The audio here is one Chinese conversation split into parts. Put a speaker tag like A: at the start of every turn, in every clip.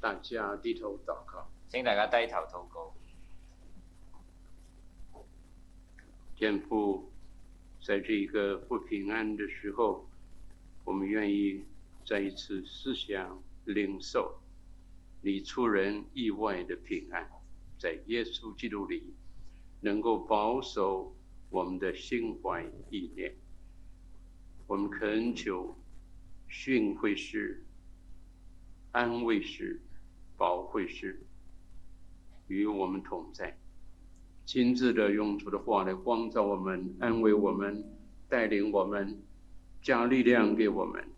A: 大家低头祷告。
B: 請大家低頭禱告。
A: 天父，在这一个不平安的时候，我们愿意再一次思想领受你出人意外的平安，在耶稣基督里能够保守我们的心怀意念。我们恳求训诲师、安慰师、保惠师与我们同在，亲自的用主的话来光照我们、安慰我们、带领我们、加力量给我们，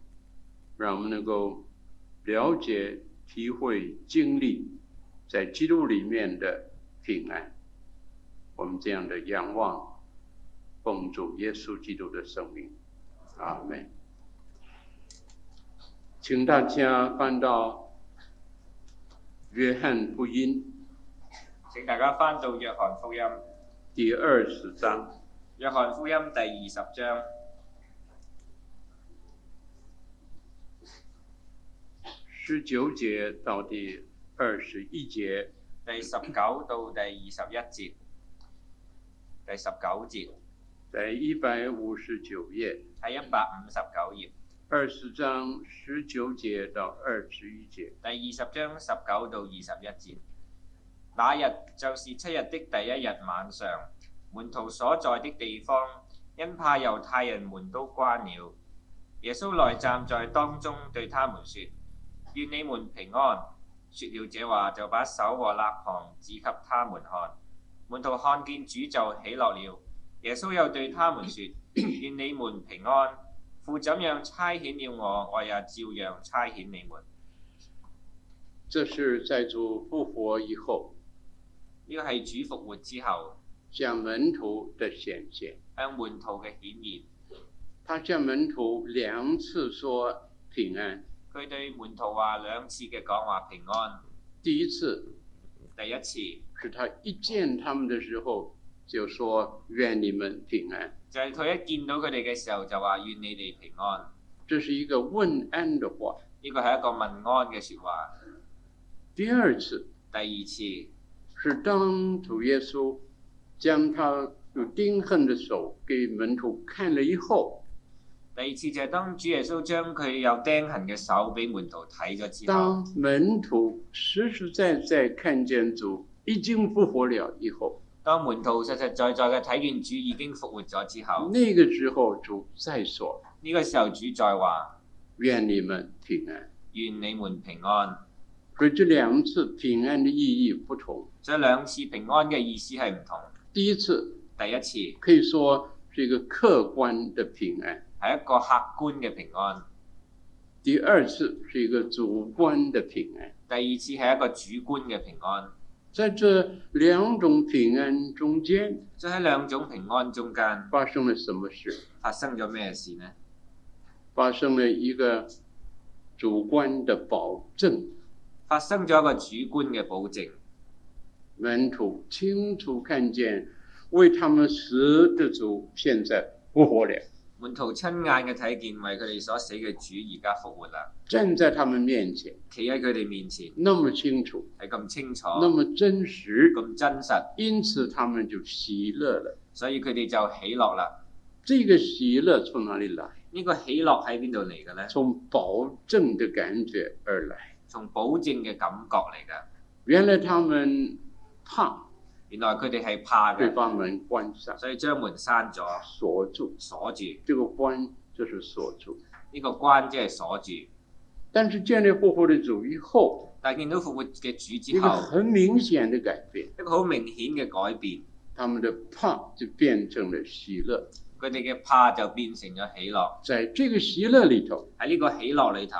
A: 让我们能够了解、体会、经历在基督里面的平安。我们这样的仰望，奉主耶稣基督的圣名。阿门。请大家翻到《约翰福音
B: 請大家翻到約翰福音》
A: 第二十章
B: 約翰福音第二十章
A: 十九节到第二十一节。
B: 第十九到第二十一節，第十九節
A: 在一百五十九页，
B: 係一百五十九頁，
A: 二十章十九节到二十一节。
B: 第二十章十九到二十一節。那日就是七日的第一日晚上，門徒所在的地方，因怕猶太人門都關了。耶穌來站在當中，對他們說：願你們平安。說了這話，就把手和肋旁指給他們看。門徒看見主就喜樂了。耶穌又對他們說：願你們平安。父怎樣差遣了我，我也照樣差遣你們。
A: 这是在主复活以后
B: 呢個係主復活之後
A: 向门徒的显现。
B: 向門徒嘅顯現。
A: 他向门徒两次说平安，
B: 佢對門徒話兩次嘅講話平安。
A: 第一次
B: 第一次
A: 是他一见他们的时候就说愿你们平安。
B: 就係佢一見到佢哋嘅時候就話願你哋平安。
A: 这是一个问安的话。
B: 呢個係一個問安嘅説話。
A: 第二次
B: 第二次
A: 是当主耶稣将他有钉痕的手给门徒看了以后，
B: 第二次就係當主耶穌將佢有釘痕嘅手俾門徒睇咗之後，
A: 当门徒实实在在看见主已经复活了以后，
B: 當門徒實實在在嘅睇見主已經復活咗之後，
A: 那個时候主再说
B: 呢、個時候主再話：
A: 愿你们平安。
B: 願你們平安。
A: 所以这两次平安的意义不同。
B: 所以兩次平安嘅意思係唔同。
A: 第一次
B: 第一次
A: 可以说是一个客观的平安，
B: 係一個客觀嘅平安，
A: 第二次是一个主观的平安。
B: 第二次係一個主觀嘅平安。
A: 在这两种平安中间
B: 就喺兩種平安中間
A: 发生了什么事？
B: 發生咗咩事呢？
A: 发生了一个主观的保证，
B: 發生咗一個主觀嘅保證，
A: 门徒清楚看见为他们死的主现在复活了，
B: 門徒親眼嘅睇見為佢哋所死嘅主而家復活啦，
A: 站在他们面前
B: 企喺佢哋面前
A: 那么清楚，
B: 係咁清楚、
A: 那么真实，
B: 咁真實，
A: 因此他们就喜乐了。
B: 所以佢哋就喜樂啦。
A: 这个喜乐从哪里来？
B: 呢、個喜樂喺邊度嚟嘅呢？
A: 从保证的感觉而来。
B: 從保證嘅感覺嚟㗎。
A: 原来他们怕
B: 原來佢哋係怕
A: 会
B: 嘅，
A: 把门关上。
B: 所以將門閂咗
A: 锁住，
B: 鎖住。
A: 这个关就是锁住。
B: 呢、個關即係鎖住。
A: 但是建立复活的主以后，
B: 但係見到復活嘅主
A: 一
B: 之
A: 个
B: 後，
A: 很明显的改变，
B: 一個好明顯嘅改變，
A: 他们的怕就变成了喜乐。
B: 佢哋嘅怕就變成咗喜樂。
A: 在这個喜乐里头，
B: 喺呢個喜樂裏頭，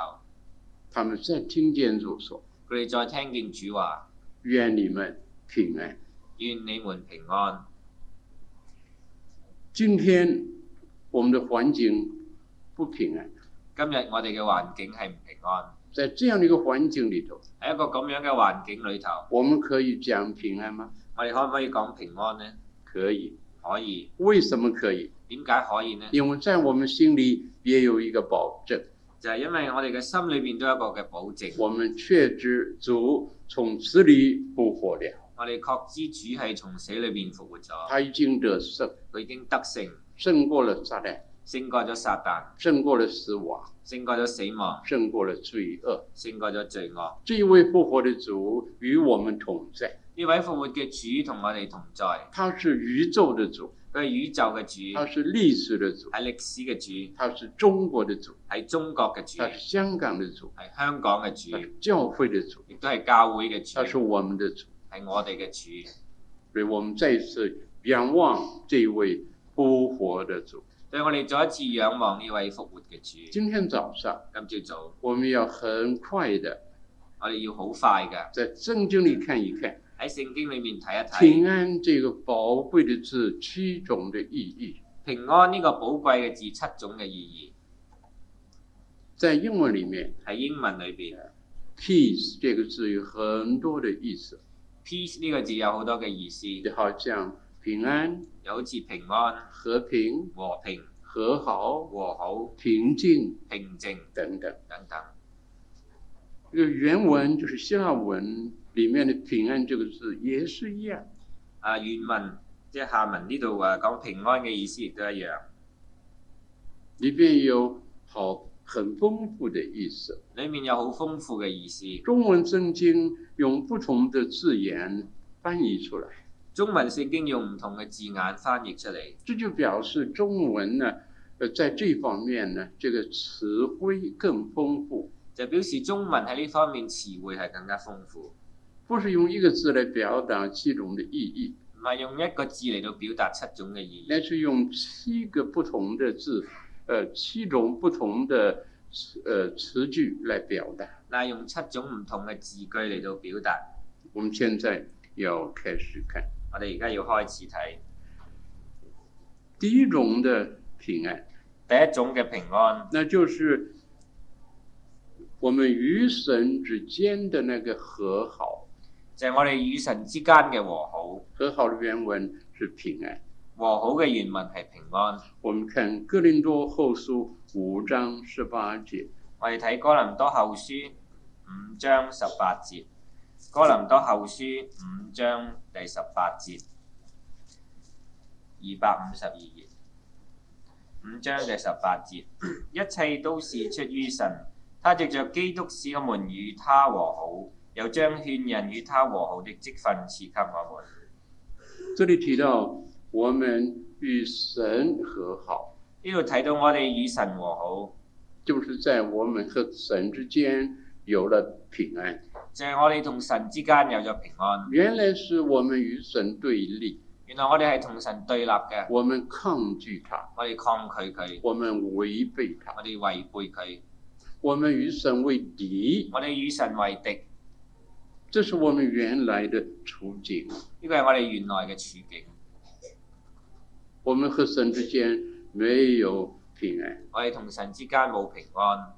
A: 他们再听见主说
B: 佢哋再聽見主話：：“
A: 愿你们平安。
B: 願你們平安。”
A: 今天我们的环境不平安，
B: 今日我哋嘅環境係唔平安，
A: 在这样的一个环境里头，
B: 喺一個咁樣嘅環境裏頭，
A: 我们可以讲平安吗？
B: 我哋可唔可以講平安呢？
A: 可以。
B: 可以，
A: 为什么可以？
B: 點解可以呢？
A: 因为在我们心里也有一个保证，
B: 就係因為我哋嘅心裏邊都有一個嘅保證，
A: 我们确知主从死里复活了，
B: 我哋確知主係從死裏邊復活咗，
A: 他已经得胜，
B: 佢已經得勝，
A: 胜过了撒旦，
B: 勝過咗撒旦，
A: 胜过了死亡，
B: 勝過咗死亡，
A: 胜过了罪恶。
B: 勝過咗罪惡。
A: 这一位复活的主与我们同在，
B: 呢位復活嘅主同我哋同在，
A: 他是宇宙的主，
B: 佢係宇宙嘅主，
A: 他是历史的主，
B: 係歷史嘅主，
A: 他是中国的主，
B: 係中國嘅主
A: 他，是香港的主，
B: 係香港
A: 他
B: 嘅主，
A: 是教会的主，
B: 亦都係教會嘅
A: 他是
B: 主，
A: 我们的主。
B: 係我哋嘅主。
A: 所以我们再一次仰望这位复活的主。
B: 對我哋再一次仰望呢位復活嘅主。
A: 今天早上，
B: 今朝早
A: 我们要很快的
B: 我哋要好快㗎，
A: 在圣经里看一看
B: 喺聖經裏面睇一睇
A: 平安这个宝贵的字七种的意义。
B: 平安呢個寶貴嘅字七種嘅意
A: 在英文里面
B: 義喺英文裏邊
A: ，peace 这个字有很多的意思，
B: ，peace 呢個字有好多嘅意思，
A: 就好像平安、
B: 又好似平安、
A: 和平、
B: 和平、
A: 和好、
B: 和好、
A: 平静
B: 平靜
A: 等等。
B: 等等。
A: 这个原文就是希腊文里面的“平安”这个字也是一样，
B: 啊，原文即係下文呢度啊講平安嘅意思亦都一樣，
A: 里面有好很丰富的意思。
B: 裡面有好豐富嘅意思。
A: 中文圣经用不同的字眼翻译出来，
B: 中文聖經用唔同嘅字眼翻譯出嚟，
A: 这就表示中文呢，呃，在这方面呢，这个词汇更丰富，
B: 就表示中文喺呢方面詞彙係更加豐富，
A: 不是用一个字来表达其中的意义，
B: 唔係用一個字嚟到表達七種嘅意義，
A: 那是用七个不同的字，呃，七种不同的词呃词句来表达。
B: 但係用七種唔同嘅字句嚟到表達。
A: 我们现在要开始看
B: 我哋而家要開始睇
A: 第一种的平安，
B: 第一種嘅平安，
A: 那就是我们与神之间的那个和好。
B: 就係、我哋與神之間嘅和好。
A: 和好的原文是平安。
B: 和好嘅原文係平安。
A: 我们看哥林多后书五章十八节，
B: 我哋睇哥林多後書五章十八節，哥林多後書五章第十八節，二百五十二頁，五章第十八節， 一切都是出於神，他藉着基督使我們與他和好，又將勸人與他和好的職分賜給我們。
A: 这里提到我们与神和好，
B: 呢度睇到我哋與神和好，
A: 就是在我们和神之间有了平安。
B: 就係、我哋同神之間有咗平安。
A: 原来是我们与神对立，
B: 原來我哋係同神對立嘅，
A: 我们抗拒他，
B: 我哋抗拒佢。
A: 我们违背他，
B: 我哋違背佢，
A: 我们与神为敌，
B: 我哋與神為敵，
A: 这是我们原来的处境。
B: 呢個係我哋原來嘅處境。
A: 我们和神之间没有平安，
B: 我哋同神之間冇平安，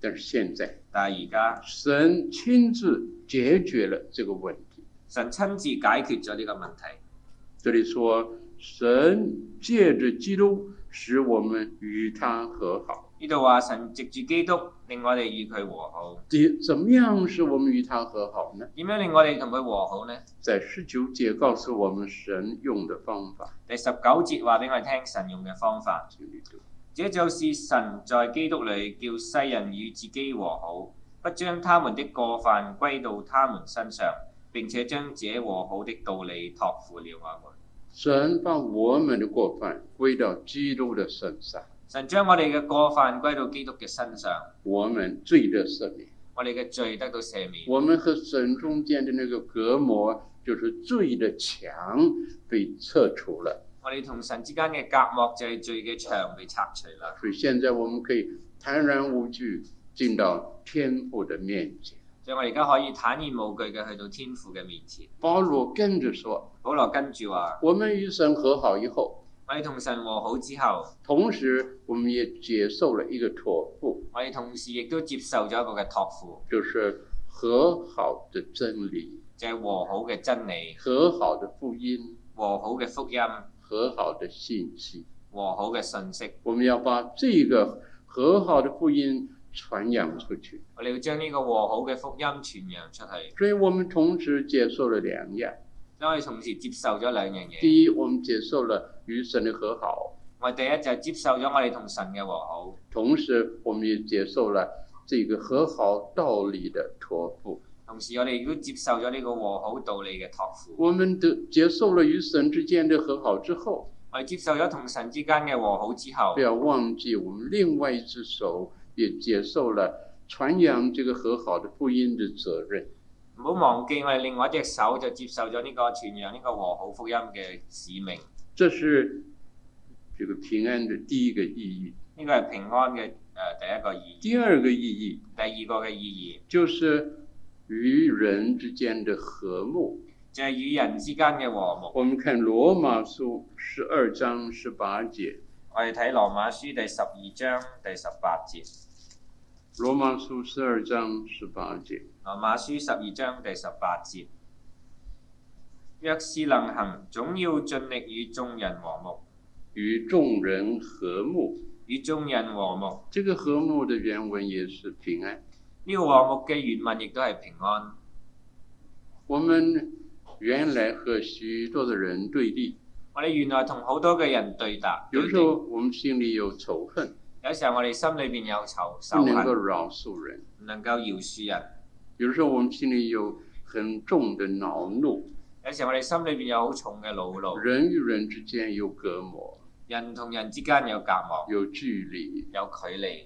A: 但是现在。
B: 但係而家
A: 神亲自解决了这个问题。
B: 神親自解決咗呢個問題。
A: 这里说，神借着基督使我们與他和好。
B: 呢度話神藉住基督令我哋與佢和好，
A: 怎怎么樣使我們與他和好呢？
B: 點樣令我哋同佢和好呢？
A: 在十九节告訴我們神用的方法。
B: 第十九節話俾我哋聽神用嘅方法，
A: 请你读
B: 這就是神在基督裏叫世人與自己和好，不將他們的過犯歸到他們身上，並且將這和好的道理託付了我們。
A: 神把我們的過犯歸到基督的身上，
B: 神將我哋嘅過犯歸到基督嘅身上，
A: 我們罪的赦免。
B: 我哋嘅罪得到赦免。
A: 我們和神中間的那個隔膜，就是罪的墙，被撤除了。
B: 我哋同神之間嘅隔膜就係罪嘅牆被拆除啦。
A: 所以现在我们可以坦然无惧进到天父的面前。
B: 所以我哋而家可以坦然無懼嘅去到天父嘅面前。
A: 保罗跟着说
B: 保羅跟住話：：“
A: 我们与神和好以后，
B: 我哋同神和好之後，
A: 同时我们也接受了一个托付，
B: 我哋同時亦都接受咗一個嘅托付，
A: 就是和好的真理、
B: 就係、和好嘅真理、
A: 和好的福音、
B: 和好嘅福音、
A: 和好的信息。
B: 和好嘅信息。
A: 我们要把这个和好的福音传扬出去。
B: 我哋要將呢個和好嘅福音傳揚出去。
A: 所以我们同时接受了两样：
B: 所以我哋同時接受咗兩樣嘢。
A: 第一，我们接受了与神的和好；
B: 我第一就係接受咗我哋同神嘅和好，
A: 同时，我们也接受了这个和好道理的托付。
B: 同時我哋亦都接受咗呢個和好道理嘅托付。
A: 我们得接受了与神之间的和好之后，
B: 我哋接受咗同神之間嘅和好之後
A: 不，要忘记我们另外一只手也接受了传扬这个和好的福音的责任。
B: 唔好忘記我哋另外一隻手就接受咗呢個傳揚呢個和好福音嘅使命。
A: 这是这个平安的第一个意义。
B: 呢個係平安嘅誒、呃第一個意義，
A: 第二个意义
B: 第二個嘅意
A: 就是与人之间的和睦。
B: 義就係、與人之間嘅和睦。
A: 我们看罗马书十二章十八节，
B: 我哋睇羅馬書第十二章第十八節，
A: 罗马书十二章十八節，
B: 羅馬書十二章第十八節。若是能行，總要盡力與眾人和睦，
A: 与众人和睦。
B: 與眾人和睦。
A: 这个和睦的原文也是平安。
B: 呢、個和睦嘅原文亦都係平安。
A: 我们原来和许多的人对立，
B: 我哋原來同好多嘅人對答，
A: 有时候我们心里有仇恨，
B: 有時候我哋心裏邊有仇仇
A: 不能够
B: 恨，
A: 饶恕人；
B: 唔能夠饒恕人。
A: 有时候我们心里有很重的恼怒，
B: 有時候我哋心裏邊有好重嘅惱怒，
A: 人与人之间有隔膜、
B: 人同人之間有隔膜，
A: 有距离，
B: 有距離，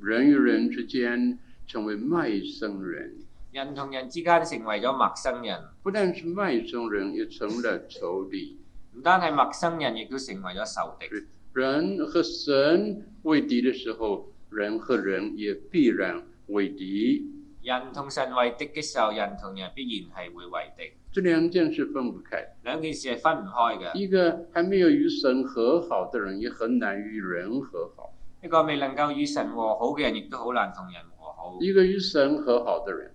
A: 人与人之间成为陌生人，
B: 人同人之間成為咗陌生人。
A: 不但是陌生人，也成了仇敌。
B: 唔單係陌生人，亦都成為咗仇敵。
A: 人和神为敌的时候，人和人也必然为敌。
B: 人同神為敵嘅時候，人同人必然係會為敵。
A: 这两件事分不开。
B: 兩件事係分唔開嘅。
A: 一个还没有与神和好的人，也很难与人和好；
B: 一個未能夠與神和好嘅人，亦都好難同人和好。
A: 一个與神和好的人，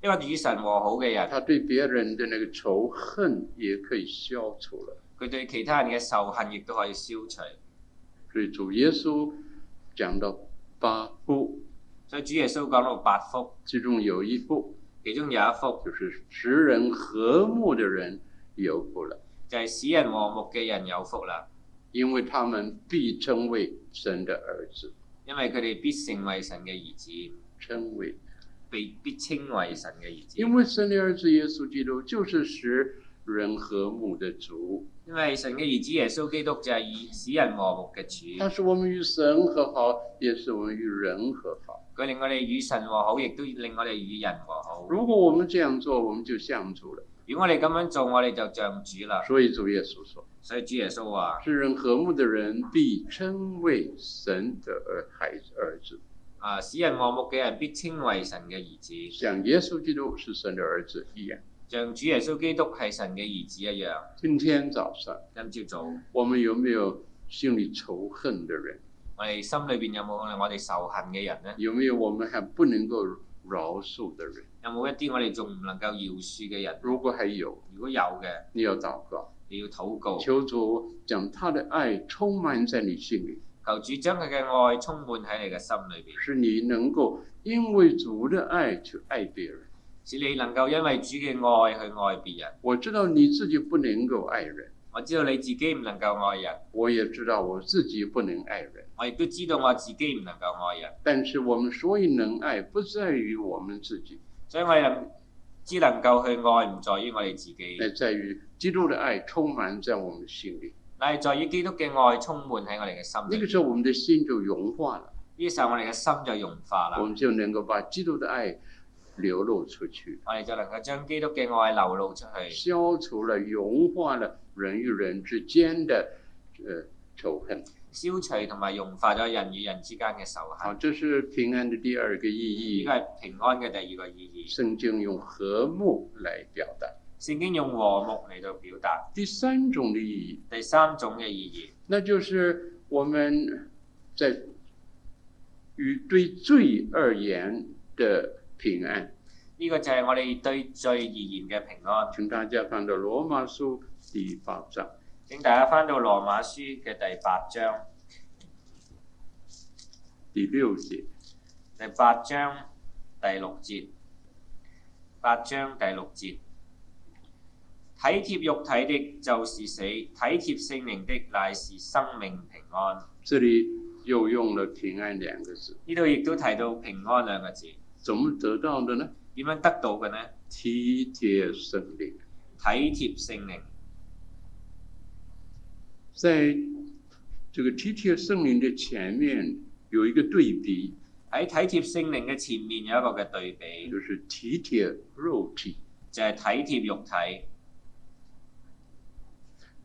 B: 一個與神和好嘅人，
A: 他对别人的那个仇恨也可以消除了。
B: 佢對其他人嘅仇恨亦都可以消除。
A: 所以主耶稣讲到八福，
B: 所以主耶穌講到八福，
A: 其中有一福
B: 其中有一福
A: 就是使人和睦的人有福了，
B: 就係、使人和睦嘅人有福啦，
A: 因为他们必称为神的儿子，
B: 因為佢哋必成為神嘅兒子，
A: 称为
B: 被必稱為神嘅兒子。
A: 因為神的儿子耶穌基督就是使人和睦的主，
B: 因為神嘅兒子耶穌基督就係以使人和睦嘅主
A: 他，使我们与神和好，也使我们與人和好。
B: 佢令我哋與神和好，亦都令我哋與人和好。
A: 如果我们这样做，我们就像主了。
B: 如果我哋咁樣做，我哋就像主啦。
A: 所以主耶稣说
B: 所以主耶穌話：：“
A: 使人和睦的人，必称为神的儿孩子儿子。
B: 啊，使人和睦嘅人必稱為神嘅兒”子，
A: 像耶稣基督是神的儿子一样。
B: 像主耶穌基督係神嘅兒子一樣。
A: 今天早上，
B: 今朝早，
A: 我们有没有心里仇恨的人？
B: 我哋心裏邊有冇我哋仇恨嘅人呢？
A: 有没有我们还不能够饶恕的人？
B: 有冇一啲我哋仲唔能夠饒恕嘅人？
A: 如果还有，
B: 如果有嘅，
A: 你要祷告，
B: 你要禱告，
A: 求主将他的爱充满在你心里，
B: 求主將佢嘅愛充滿喺你嘅心裏邊，
A: 使你能够因为主的爱去爱别人。
B: 使你能夠因為主嘅愛去愛別人。
A: 我知道你自己不能够爱人。
B: 我知道你自己唔能夠愛人，
A: 我也知道我自己不能爱人，
B: 我亦都知道我自己唔能夠愛人，
A: 但是我们所以能爱，不在于我们自己，
B: 所以我哋能只能夠去愛，唔在於我哋自己，
A: 乃在于基督的愛充滿在我们心里。
B: 但係在於基督嘅愛充滿喺我哋嘅心
A: 那
B: 裏
A: 个。时候，我们的心就融化了，
B: 呢時候我哋嘅心就融化啦
A: 我，们就能够把基督的愛流露出去，
B: 我哋就能夠將基督嘅愛流露出去，
A: 消除了、融化了人與人之間的呃仇恨。
B: 消除同埋融化咗人與人之間嘅仇
A: 好，
B: 恨。
A: 这是平安的第二個
B: 呢
A: 意
B: 個
A: 義。
B: 係平安嘅第二個意義。
A: 聖經用和睦來表達。
B: 聖經用和睦嚟到表達。
A: 第三種的意義
B: 第三種嘅意義
A: 那就是我们在与对罪而言的平安，
B: 呢、個就係我哋對罪而言嘅平安。
A: 请大家翻到罗马书第八章。
B: 請大家翻到羅馬書嘅第八章
A: 第六节，
B: 第八章第六節，八章第六節，體貼肉體的就是死，體貼聖靈的乃是生命平安。
A: 这里又用了“平安”两个字，
B: 呢度亦都提到平安兩個字，
A: 怎么得到的呢？
B: 點樣得到嘅呢？
A: 体贴圣灵。
B: 體貼聖靈
A: 在这个体贴圣灵的前面有一个对比，
B: 喺體貼聖靈嘅前面有一個嘅對比，
A: 就是体贴肉体。
B: 就係、體貼肉體。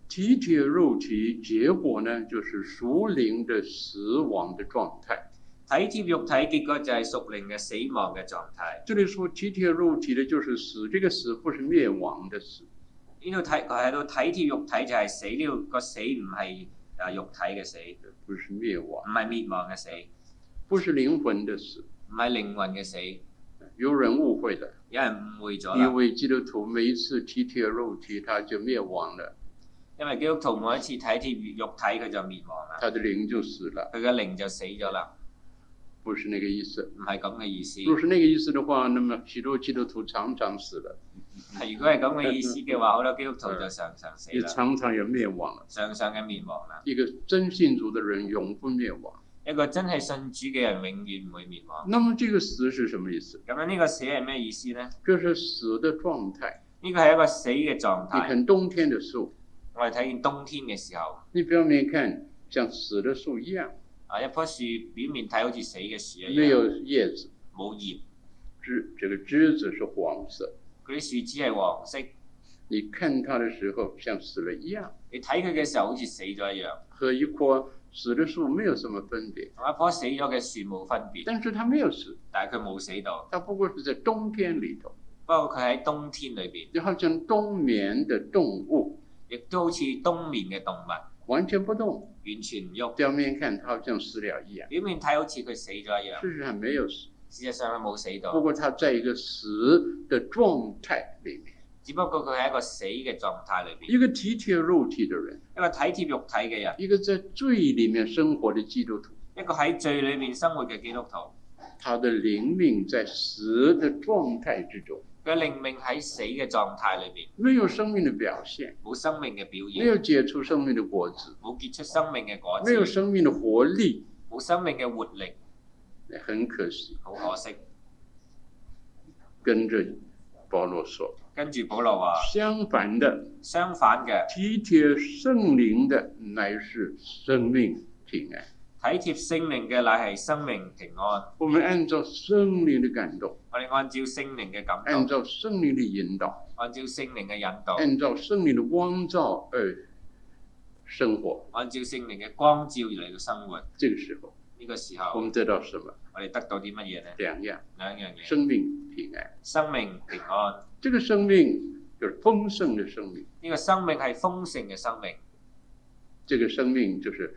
A: 体贴肉体，结果呢就是属灵的死亡的状态。
B: 體貼肉體結果就係屬靈嘅死亡嘅狀態。
A: 这里说体贴肉体的，就是死，这个死不是灭亡的死，
B: 呢度睇佢喺度體貼肉體就係死，呢度個死唔係啊肉體嘅死，唔
A: 不是灭亡，
B: 係滅亡嘅死，唔
A: 不是灵魂的死。
B: 係靈魂嘅死。
A: 有人误会了，
B: 有人誤會咗
A: 因
B: 啦，
A: 为基督徒每一次体贴肉体，他就灭亡了，
B: 因為基督徒每一次體貼肉體佢就滅亡啦，
A: 他的灵就死了，
B: 佢嘅靈就死咗啦，
A: 不是那个意思。
B: 唔係咁嘅意思。
A: 若是那个意思的话，那么许多基督徒常常死了，
B: 係如果係咁嘅意思嘅話，好多基督徒就常常死
A: 也
B: 啦，
A: 常常也灭亡了。
B: 常常嘅滅亡啦。
A: 一个真信主的人永不灭亡。
B: 一個真係信主嘅人永遠唔會滅亡。
A: 那么这个死是什么意思？
B: 咁樣呢個死係咩意思呢？
A: 这是死的状态。
B: 呢個係一個死嘅狀
A: 你
B: 態。
A: 看冬天的树，
B: 我哋睇見冬天嘅時候，
A: 你表面看像死的树一样，
B: 啊一棵樹表面睇好似死嘅樹一
A: 没
B: 樣，
A: 有叶子，
B: 冇葉，
A: 枝这个枝子是黄色。
B: 嗰啲樹枝係黃色。
A: 你看它的时候像死了一样，
B: 你睇佢嘅時候好似死咗一樣，
A: 和一棵死的树没有什么分别。
B: 同一棵死咗嘅樹冇分別，
A: 但是它没有死，
B: 但係佢冇死到。
A: 它不过是在冬天里头，
B: 不過佢喺冬天裏邊，
A: 就好像冬眠的动物，
B: 亦都好似冬眠嘅動物，完
A: 完全不动。
B: 全唔喐。
A: 表面看它好像死了一样，
B: 表面睇好似佢死咗一樣，
A: 事实上没有死，
B: 事實上佢冇死
A: 不
B: 到，
A: 过它在一个死的状态里面。
B: 只不過佢喺一個死嘅狀態裏邊。
A: 一個体贴肉体的人，
B: 一個體貼肉體嘅人，
A: 一個在罪里面生活的基督徒，
B: 一個喺罪裏面生活嘅基督徒，
A: 他的灵命在死的状态之中，
B: 佢靈命喺死嘅狀態裏邊，
A: 没有生命的表现，
B: 冇生命嘅表
A: 没
B: 現，
A: 有结出生命的果子，
B: 冇結出生命嘅果
A: 没
B: 子，
A: 有生命的活力，
B: 冇生命嘅活力，
A: 很可惜。
B: 好可惜。
A: 跟着保羅说，
B: 跟住保羅話，
A: 相反的，
B: 相反嘅。
A: 体贴圣灵的乃是生命平安。
B: 體貼聖靈嘅乃係生命平安。
A: 我们按照圣灵的感动，
B: 我哋按照聖靈嘅感
A: 按
B: 動，
A: 照圣灵的引导，
B: 按照聖靈嘅引導，
A: 按照圣灵的光照而生活。
B: 按照聖靈嘅光照嚟到生活。呢、
A: 这个时候，
B: 個時
A: 我
B: 候
A: 们得到什么？
B: 我哋得到啲乜嘢呢？
A: 两样：
B: 兩樣嘢：
A: 生命平安。
B: 生命平安。呢、
A: 这个生命就是丰盛的生命，
B: 個生命係豐盛嘅生命，
A: 这个生命就是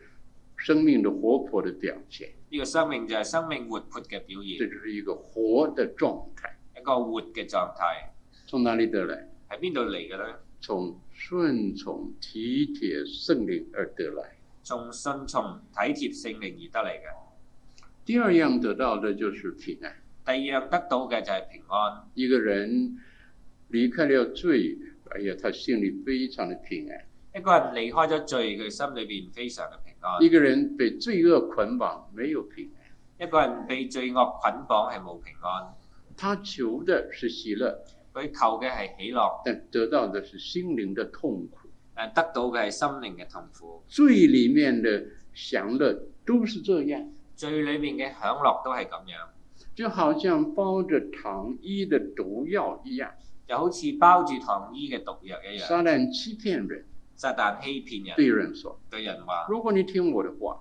A: 生命的活泼的表现，
B: 呢、個生命就係生命活潑嘅表
A: 这
B: 現，
A: 就是一个活的状态。
B: 一個活嘅狀態。
A: 从哪里得来？
B: 喺邊度嚟嘅呢？
A: 从顺从体贴圣灵而得来。
B: 從信從體貼聖靈而得嚟嘅。
A: 第二样得到的就是平安。
B: 第二樣得到嘅就係平安。
A: 一个人离开了罪，哎呀，他心里非常的平安；
B: 一個人離開咗罪，佢心裏邊非常嘅平安。
A: 一个人被罪恶捆绑，没有平安。
B: 一個人被罪惡捆綁係冇平安，
A: 他求的是喜乐，
B: 佢求嘅係喜樂，
A: 但得到的是心灵的痛苦。
B: 但得到嘅係心靈嘅痛苦。
A: 罪里面的享乐都是这样，
B: 罪裏面嘅享樂都係咁樣，
A: 就好像包着糖衣的毒药一样。
B: 就好似包住糖衣嘅毒藥一樣。
A: 撒旦欺骗人，
B: 撒旦欺騙人，
A: 对人说
B: 對人話：
A: 如果你听我的话，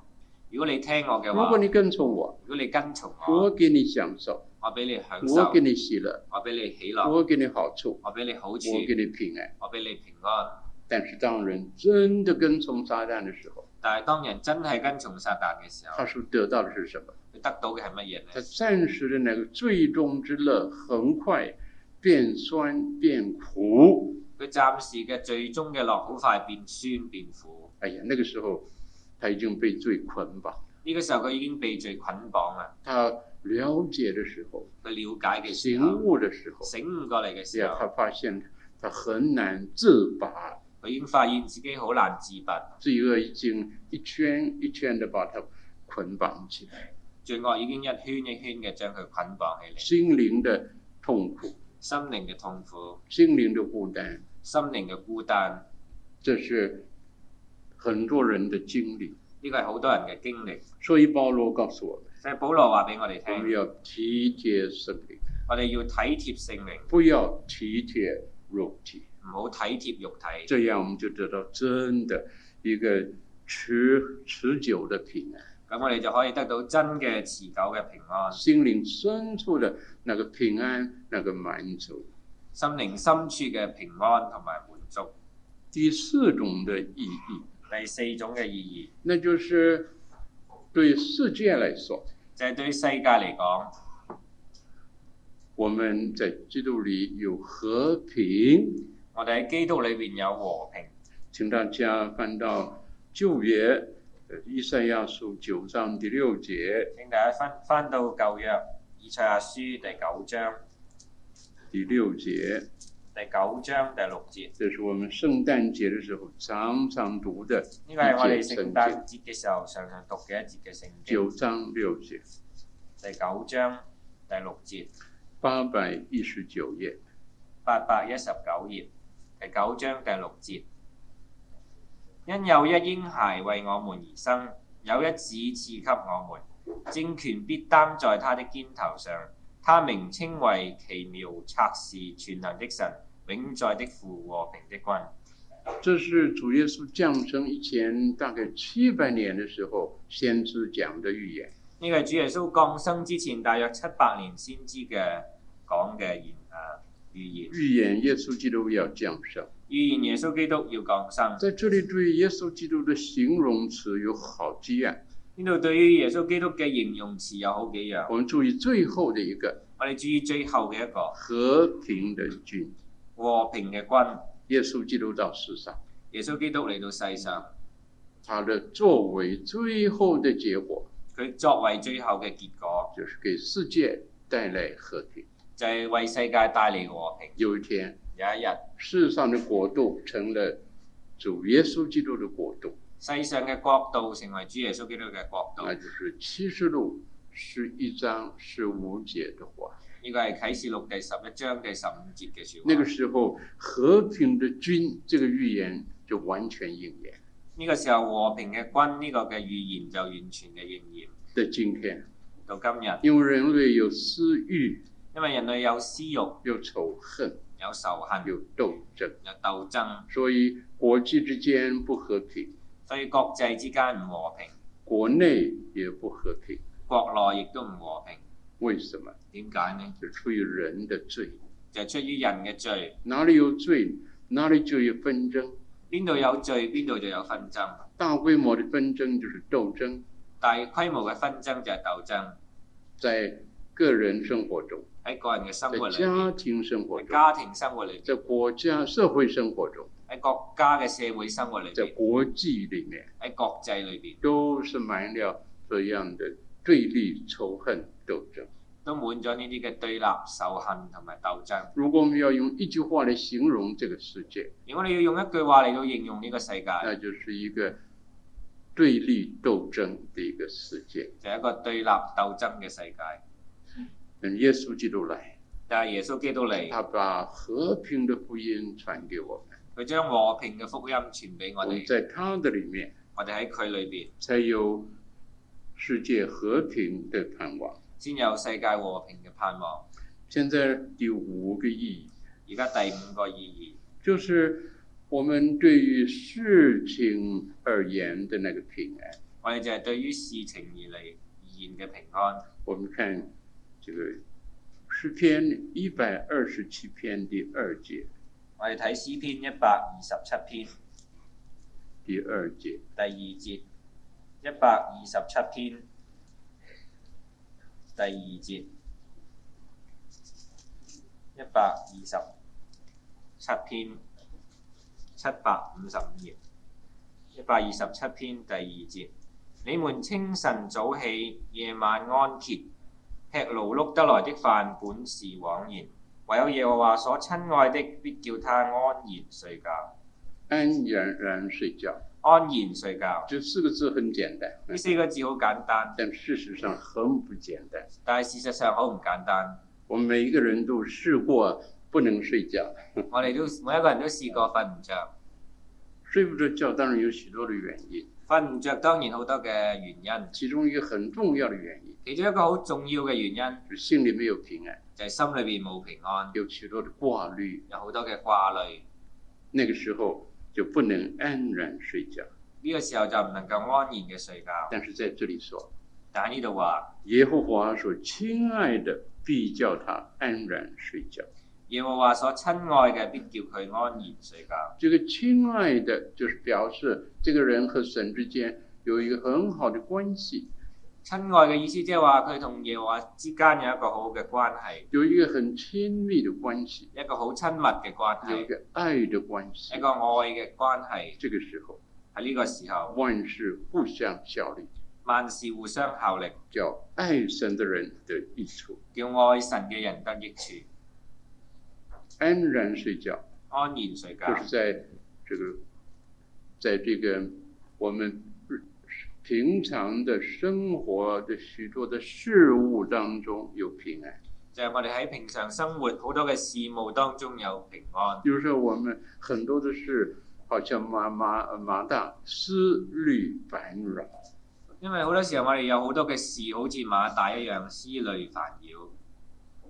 B: 如果你聽我嘅
A: 如
B: 話，
A: 果你跟從我，
B: 如果你跟從
A: 我
B: 我，
A: 给你享受，
B: 我俾你享
A: 我
B: 受
A: 给，你喜乐，
B: 我俾你喜樂，
A: 我给你好处，
B: 我俾你好處，
A: 我给你平安。
B: 我俾你平安。
A: 但是当人真的跟从撒旦的时候，
B: 但係當人真係跟從撒旦嘅時候，
A: 他所得到的是什么？
B: 佢得到嘅係乜嘢
A: 他
B: 呢？
A: 暂时的那个最终之乐，很快变酸变苦。
B: 佢暫時嘅最終嘅樂好快變酸變苦。
A: 哎呀，那个时候他已经被罪捆绑，
B: 呢個時候佢已經被罪捆綁啦。啊
A: 他了解的时候、
B: 佢了解嘅時
A: 醒
B: 候，
A: 悟的时候，
B: 醒悟過嚟嘅時
A: 呀，他
B: 候，
A: 发现他很难自拔，
B: 佢已經發現自己好難自拔，
A: 罪恶已经一圈一圈的把他捆绑起来，
B: 罪惡已經一圈一圈嘅將佢捆綁起嚟，
A: 心灵的痛苦，
B: 心靈嘅痛苦、
A: 心灵的孤单，
B: 心靈嘅孤單，
A: 这是很多人的经历。
B: 呢個係好多人嘅經歷。
A: 所以保罗告诉我们，
B: 所以保羅話俾我哋
A: 我们
B: 聽，
A: 要体贴圣灵，
B: 我哋要體貼聖靈，
A: 不要体贴肉体。
B: 唔好體貼肉體，
A: 这样我们就得到真的一个持持久的平安，
B: 咁我哋就可以得到真嘅持久嘅平安，
A: 心灵深处的那个平安，那个满足。
B: 心靈深處嘅平安同埋滿足。
A: 第四种的意义，
B: 第四種嘅意
A: 那就是对世界来说，
B: 義就係、對世界嚟講，
A: 我们在基督里有和平。
B: 我哋喺基督裏邊有和平。
A: 请大家翻到旧约呃以赛亚书九章第六节、
B: 請大家翻翻到舊約以賽亞書第九章，
A: 第六节，
B: 第九章第六節。
A: 这是我们圣诞节的时候常常讀的
B: 呢個係我
A: 一
B: 哋
A: 節
B: 聖
A: 聖
B: 誕
A: 經。
B: 節嘅時候常常讀嘅一節嘅聖經
A: 九，章六节，
B: 第九章第六節，
A: 八百一十九页。
B: 八百一十九頁，第九章第六節。因有一嬰孩為我們而生，有一子賜給我們，政權必擔在他的肩頭上。他名稱為奇妙、策士、全能的神、永在的父、和平的君。
A: 这是主耶稣降生以前大概七百年的时候先知讲的预言。
B: 呢個係主耶穌降生之前大約七百年先知嘅講嘅言啊預言，
A: 预言耶稣基督要降生，
B: 預言耶穌基督要降生。
A: 在这里对耶稣基督的形容词有好几样。
B: 呢度對於耶穌基督嘅形容詞有好幾樣，
A: 我们注意最后的一个
B: 我哋注意最後嘅一個
A: 和平的君，
B: 和平嘅君，
A: 耶穌基督到世上，
B: 耶穌基督嚟到世上，
A: 他的作为最后的结果
B: 佢作為最後嘅結果
A: 就是给世界带来和平。
B: 就係、為世界帶嚟和平。
A: 有一天，
B: 有一日，
A: 世上的国度成了主耶稣基督的国度，
B: 世上嘅國度成為主耶穌基督嘅國度。
A: 那就是启示录十一章十五节的话。
B: 呢個係啟示錄第十一章第十五節嘅説
A: 那个
B: 話。
A: 时候，和平的君这个预言就完全应验。
B: 呢個時候和平嘅君呢個嘅預言就完全嘅應驗。
A: 在今天，
B: 到今日，
A: 因为人类有私欲、
B: 因為人類有私欲、
A: 有仇恨、
B: 有仇恨、
A: 有斗争，
B: 有鬥爭，
A: 所以国际之间不和平，
B: 所以國際之間唔和平，
A: 国內也不和平。
B: 國內亦都唔和平。
A: 为什么？
B: 點解呢？
A: 是出于人的罪。
B: 就係出於人嘅罪，
A: 哪里有罪，哪里就有纷争。
B: 邊度有罪，邊度就有紛爭。
A: 大规模的纷争就是斗争，
B: 大規模嘅紛爭就係鬥爭，
A: 在个人生活中，
B: 喺個人嘅生
A: 在
B: 活裏
A: 家
B: 邊，
A: 庭生活
B: 喺
A: 中，
B: 家庭生活裏邊，
A: 在国家社会生活中，
B: 喺國家嘅社會生活裏
A: 在
B: 邊，
A: 国际里面，
B: 喺國際裏邊，
A: 都是埋了这样的对立、仇恨、斗争。
B: 都滿咗呢啲嘅對立、仇恨同埋鬥爭。
A: 如果我们要用一句话来形容这个世界，
B: 如果你要用一句話嚟到形容呢個世界，
A: 那就是一个对立斗争的一个世界。
B: 就係一個對立鬥爭嘅世界。
A: 嗯，耶稣基督来，
B: 但係耶穌基督嚟，
A: 他把和平的福音传给我们，
B: 佢將和平嘅福音傳俾我
A: 我们
B: 哋，
A: 在他的里面。
B: 我哋喺佢裏邊
A: 才有世界和平的盼望。
B: 先有世界和平嘅盼望。
A: 现在第五个意义
B: 而家第五個意
A: 就是我们对于事情而言的那个平安。
B: 義，我哋就係對於事情而嚟而言嘅平安。
A: 我们看这个诗篇一百二十七篇第二节，
B: 我哋睇詩篇一百二十七篇
A: 第二节，
B: 第二節，一百二十七篇第二節，一百二十七篇七百五十五頁，一百二十七篇第二節，你們清晨早起，夜晚安歇，吃勞碌得來的飯本是枉然，唯有耶和華所親愛的，必叫他安然睡覺。
A: 安然然睡觉。
B: 安然睡覺
A: 这四个字很简单，
B: 呢四個字好簡單，
A: 但事实上很不简单。
B: 但係事實上好唔簡單。
A: 我们每一个人都试过不能睡觉，
B: 我哋都每一個人都試過瞓唔着，
A: 睡不着觉当然有许多的原因，
B: 瞓唔着當然好多嘅原因，
A: 其中一个很重要的原因
B: 其中一個好重要嘅原因
A: 就是心里没有平安，
B: 就係心裏邊冇平安，
A: 有许多的挂虑，
B: 有好多嘅掛慮。
A: 那个时候就不能安然睡觉。
B: 呢、個時候就唔能夠安然嘅睡覺。
A: 但是在这里说，
B: 但喺呢度話，
A: 耶和华所亲爱的必叫他安然睡觉。
B: 耶和華所親愛嘅必叫佢安然睡覺。
A: 这个亲爱的就是表示这个人和神之间有一个很好的关系，
B: 親愛嘅意思即係話佢同耶和華之間有一個好好嘅關係，
A: 有一个很亲密的关系，
B: 一個好親密嘅關
A: 有一
B: 係，
A: 个爱的关系
B: 一。個愛嘅關係。
A: 这个时候，
B: 喺呢個時候，
A: 万事互相效力，
B: 萬事互相效力，
A: 叫爱神的人得益处。
B: 叫愛神嘅人得益處。
A: 安然睡觉，
B: 安然睡覺
A: 就是在这个，在这个我们平常的生活的许多的事物当中有平安。
B: 就係我哋喺平常生活好多嘅事務當中有平安。
A: 比如说，我们很多的事，好像麻麻麻大思虑烦扰，
B: 因為好多時候我哋有好多嘅事，好似馬大一樣思慮煩擾，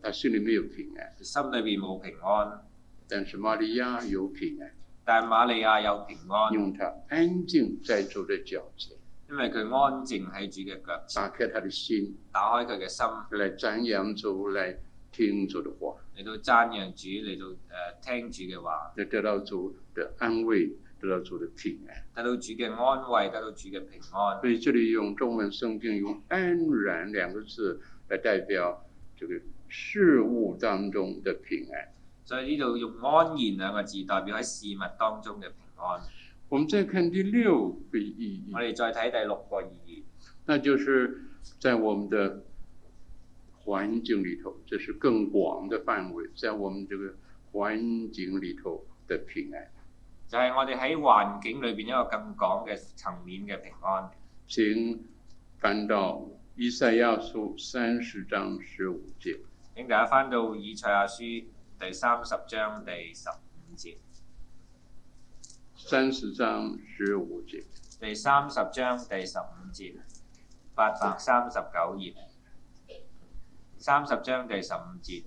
A: 他心里没有平安。
B: 心裏邊冇平安。
A: 但是玛利亚有平安，
B: 但係瑪利亞有平安，
A: 用她安静在主的脚前，
B: 因為佢安靜喺主嘅腳前，
A: 打开她的心，
B: 打開佢嘅心
A: 来瞻仰主，来听主的话，
B: 嚟到讚揚主，嚟到誒、呃、聽主嘅話，
A: 来得到主的安慰，得到主的平安。
B: 得到主嘅安慰，得到主嘅平安。
A: 所以这里用中文圣经用“安然”两个字来代表这个事物当中的平安。
B: 所以呢度用安然兩個字代表喺事物當中嘅平安。
A: 我们再看第六个意义
B: 我，哋再睇第六個意
A: 那就是在我们的环境里頭，这是更广的范围，在我们这个环境里頭的平安。
B: 義，就係、我哋喺環境裏邊一個更廣嘅層面嘅平安。
A: 请翻到以赛亚书三十章十五节，
B: 請大家翻到以賽亞書第三十章第十五節，
A: 三十章十五节，
B: 第三十章第十五節，八百三十九頁，三十章第十五節，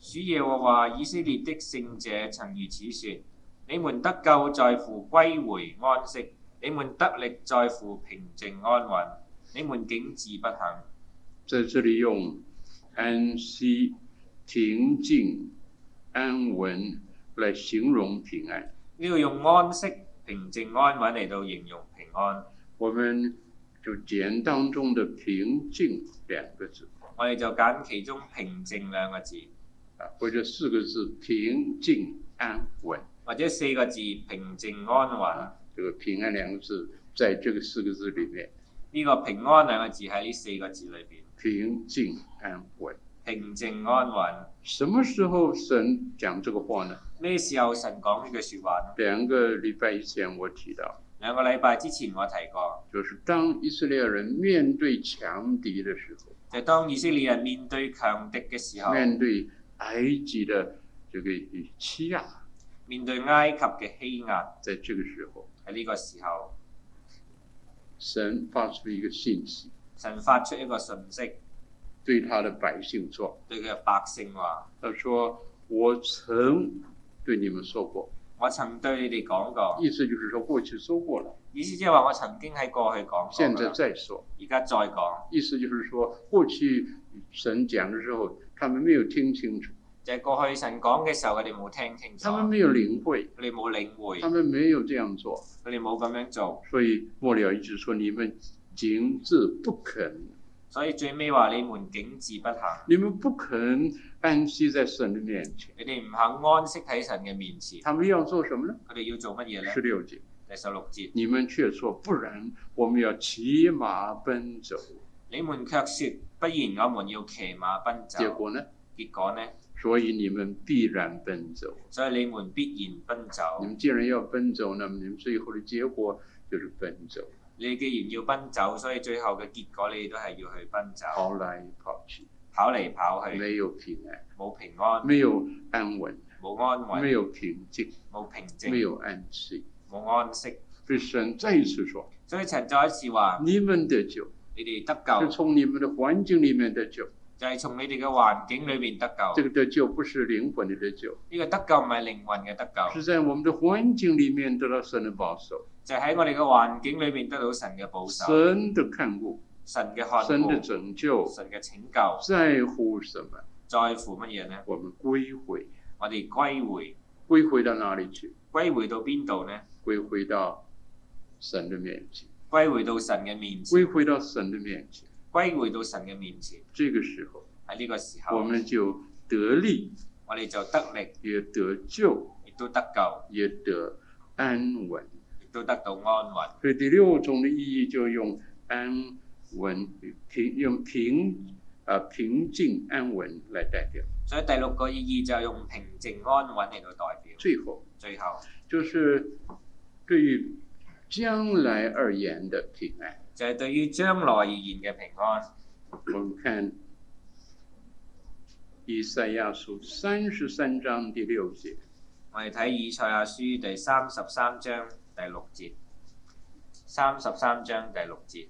B: 主耶和華以色列的聖者曾如此說：你們得救在乎歸回安息，你們得力在乎平靜安穩，你們竟自不肯。
A: 在这里用安息、平静、安稳来形容平安。
B: 呢度用安息、平靜、安穩嚟到形容平安。
A: 我们就简当中的平静两个字。
B: 我哋就揀其中平靜兩個字，
A: 啊，或者四个字平静安稳。啊
B: 或者四個字平靜安穩。
A: 这个平安两个字，在这个四个字里面，
B: 呢、個平安兩個字喺呢四個字裏邊，
A: 平静安稳。
B: 平靜安穩。
A: 什么时候神讲这个话呢？
B: 咩時候神講呢句説話呢？
A: 两个礼拜以前我提到，
B: 兩個禮拜之前我提過，
A: 就是当以色列人面对强敌的时候，
B: 就當以色列人面對強敵嘅時候，
A: 面对埃及的这个欺压，
B: 面對埃及嘅欺壓，
A: 在这个时候，
B: 喺呢個時候，
A: 神发出一个信息，
B: 神發出一個訊息，
A: 对他的百姓说
B: 對佢嘅百姓話：：“
A: 他说，我曾对你们说过。”
B: 我曾對你哋講過，
A: 意思就是说过去说过了，
B: 意思即係話我曾經喺過去講過
A: 现在
B: 㗎啦，
A: 再说。
B: 而家再講。
A: 意思就是说过去神讲的时候，他们没有听清楚，
B: 就係過去神講嘅時候，佢哋冇聽清楚，
A: 他们
B: 佢
A: 没有领会，
B: 哋冇領會，
A: 他们没有这样做，
B: 佢哋冇咁樣做，
A: 所以末了一句说你们行志不肯，
B: 所以最尾話你們竟志不行，
A: 你们不肯安息在神的面前，
B: 你哋唔肯安息喺神嘅面前，
A: 他们要做什么呢？
B: 佢哋要做乜嘢
A: 十
B: 呢？
A: 六节，
B: 第十六節，
A: 你们却说不然，我们要骑马奔走，
B: 你們卻說：不然，我們要騎馬奔走。
A: 结果呢？
B: 結果呢？
A: 所以你们必然奔走。
B: 所以你們必然奔走。
A: 你们既然要奔走，那么你们最后的结果就是奔走，
B: 你既然要奔走，所以最後嘅結果你都係要去奔走，
A: 跑来跑去，
B: 跑嚟跑去，
A: 没有平安，
B: 冇平安，
A: 没有安稳，
B: 冇安
A: 没
B: 穩，
A: 有平静，
B: 冇平
A: 没
B: 靜，
A: 有安息。
B: 冇安息。
A: 所以神再一次说：
B: 所以陳再一次話：
A: 你们得救
B: 你哋得
A: 是
B: 救，
A: 从你们的环境里面得救，
B: 就係從你哋嘅環境裏面得
A: 这
B: 救。
A: 个得救不是灵魂的得救，
B: 呢個得救唔係靈魂嘅得救，
A: 是在我们的环境里面得到神的保守、
B: 就喺我哋嘅環境裏面得到神嘅保守、
A: 神的看顾、
B: 神嘅看
A: 神的
B: 顧、
A: 拯救。
B: 神嘅拯救。
A: 在乎什么？
B: 在乎乜嘢呢？
A: 我们归回，
B: 我哋歸回，
A: 归回到哪里去？
B: 歸回到邊度呢？
A: 归回到神的面前。
B: 歸回到神嘅面前，
A: 归回到神的面前。
B: 歸回到神嘅面前。
A: 这个时候，
B: 喺呢個時
A: 我
B: 候，
A: 们就得力，
B: 我哋就得力，
A: 也得救，
B: 亦都得救。
A: 也得安稳。
B: 亦都得到安穩。
A: 所以第六种的意义就用安稳、平用平啊平静安稳来代表。
B: 所以第六個意義就係用平靜安穩嚟到代表。
A: 最后
B: 最後
A: 就是对于将来而言的平安。
B: 就係對於將來而言嘅平安。
A: 我们看以赛亚书三十三章第六节。
B: 我哋睇以賽亞書第三十三章第六節。三十三章第六節，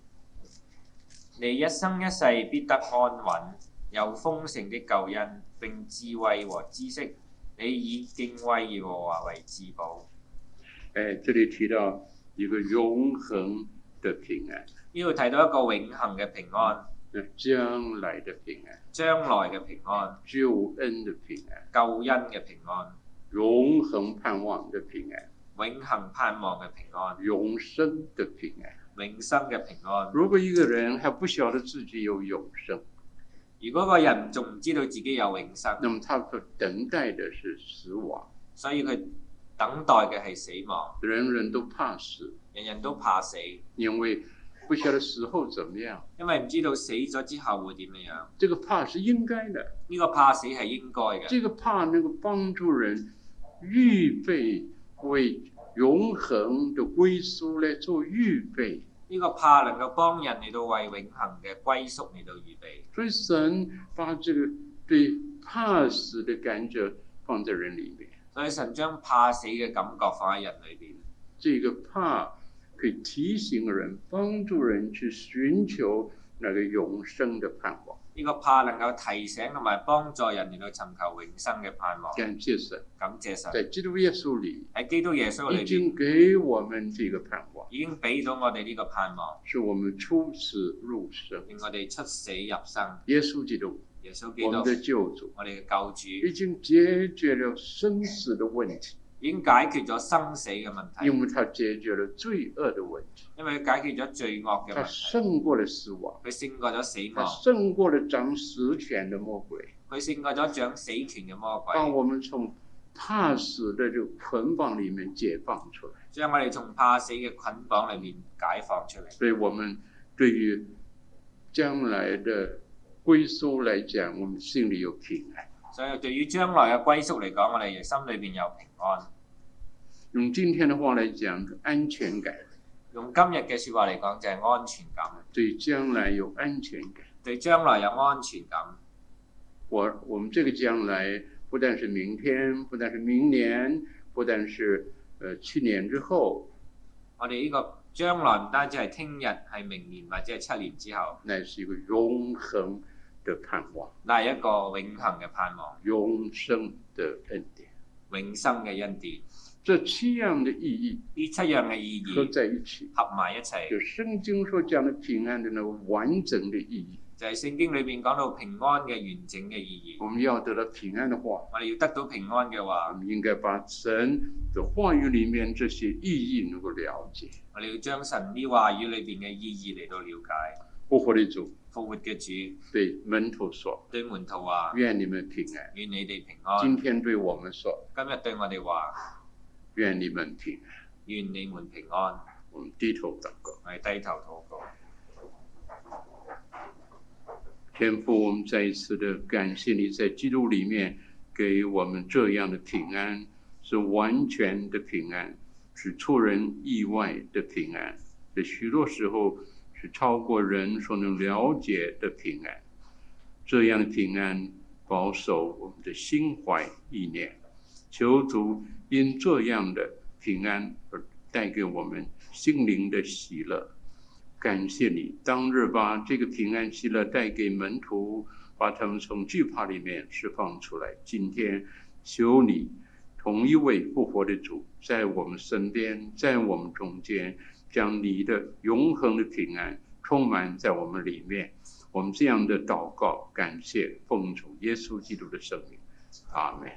B: 你一生一世必得安穩，有豐盛的救恩，並智慧和知識。你以敬畏耶和華為至寶。
A: 哎，这里提到一个永恒的平安，
B: 呢度睇到一個永恆嘅平安，
A: 那将来的平安，
B: 將來嘅平安，
A: 救恩的平安，
B: 救恩嘅平安。
A: 永恒盼望的平安，
B: 永恒盼望嘅平安，
A: 永生的平安。
B: 永生嘅平安。
A: 如果一个人还不晓得自己有永生，
B: 如果個人仲唔知道自己有永生，
A: 那么他所等待的是死亡。
B: 所以佢等待嘅係死亡。
A: 人人都怕死，
B: 人人都怕死，
A: 因为不晓得死后怎么样。
B: 因為唔知道死咗之後會點樣樣。
A: 这个怕是应该的，
B: 呢、個怕死係應該嘅，
A: 这个怕能够帮助人预备为永恒的归宿来做预备。
B: 呢、個怕能夠幫人嚟到為永恒嘅歸宿嚟到預備。
A: 所以神把这个对怕死的感觉放在人里面，
B: 所以神將怕死嘅感覺放喺人裏邊，
A: 这个怕可以提醒人、帮助人去寻求那个永生的盼望。
B: 呢、個怕能夠提醒同埋幫助人嚟到尋求永生嘅盼望。
A: 感谢神，
B: 感謝神
A: 在基督耶稣里
B: 喺基督耶穌裏
A: 已
B: 邊
A: 经给我们这个盼望，
B: 已經俾到我哋呢個盼望。
A: 是我们出死入生。
B: 令我哋出死入生。
A: 耶稣基督，
B: 耶穌基
A: 我们
B: 督，
A: 的救主，
B: 我哋嘅救
A: 已
B: 主
A: 经解决了生死的问题，
B: 已經解決咗生死嘅問題，
A: 因为他解决了罪恶的问题，
B: 因為佢解決咗罪惡嘅
A: 他
B: 問題，
A: 胜过了死亡。
B: 佢勝過咗死
A: 他
B: 亡，
A: 胜过了掌死权的魔鬼，
B: 佢勝過咗掌死權嘅魔鬼，
A: 把我们从怕死的这个捆綁里面解放出来。
B: 將我哋從怕死嘅捆綁裏面解放出嚟。
A: 所以，我们对于将来的归宿来讲，我们心里有平安。
B: 所以對於將來嘅歸宿嚟講，我哋心裏邊有平安。
A: 用今天的话来讲，安全感，
B: 用今日嘅説話嚟講，就係安全感，
A: 对将來有安全感。
B: 對將來有安全感。
A: 我我们这个将来不但是明天，不但是明年，不但是呃七年之后，
B: 我哋呢個將來唔單止係聽日，係明年或者係七年之後，
A: 那是一个永恒的盼望，
B: 但係一個永恆嘅盼望。
A: 永生的恩典。
B: 永生嘅恩典。
A: 这七样的意义
B: 呢七樣嘅意
A: 合
B: 義
A: 在一起，
B: 合埋一齊，
A: 就圣经所讲的平安的那个完整的意义。
B: 就係、聖經裏面講到平安嘅完整嘅意義。
A: 我们要得到平安的话，
B: 我哋要得到平安嘅
A: 我
B: 話，
A: 们应该把神的话语里面这些意义能够了解。
B: 我哋要將神呢話語裏邊嘅意義嚟到了解。
A: 复活的主
B: 復活嘅主
A: 对门徒说
B: 對門徒話：：“
A: 愿你们平安。
B: 願你哋平”
A: 今
B: 安。
A: 天对我们说
B: 今日對我哋話：：“
A: 愿你们平安。
B: 願你們平安。”
A: 我们低头祷告。
B: 我哋低頭禱告。
A: 天父，我们再一次的感谢你在基督里面给我们这样的平安，是完全的平安，是出人意外的平安，在许多时候是超过人所能了解的平安。这样的平安保守我们的心怀意念，求主因这样的平安而带给我们心灵的喜乐。感谢你当日把这个平安喜乐带给门徒，把他们从惧怕里面释放出来。今天求你同一位复活的主在我们身边，在我们中间，将你的永恒的平安充满在我们里面。我们这样的祷告，感谢奉主耶稣基督的圣名，阿门。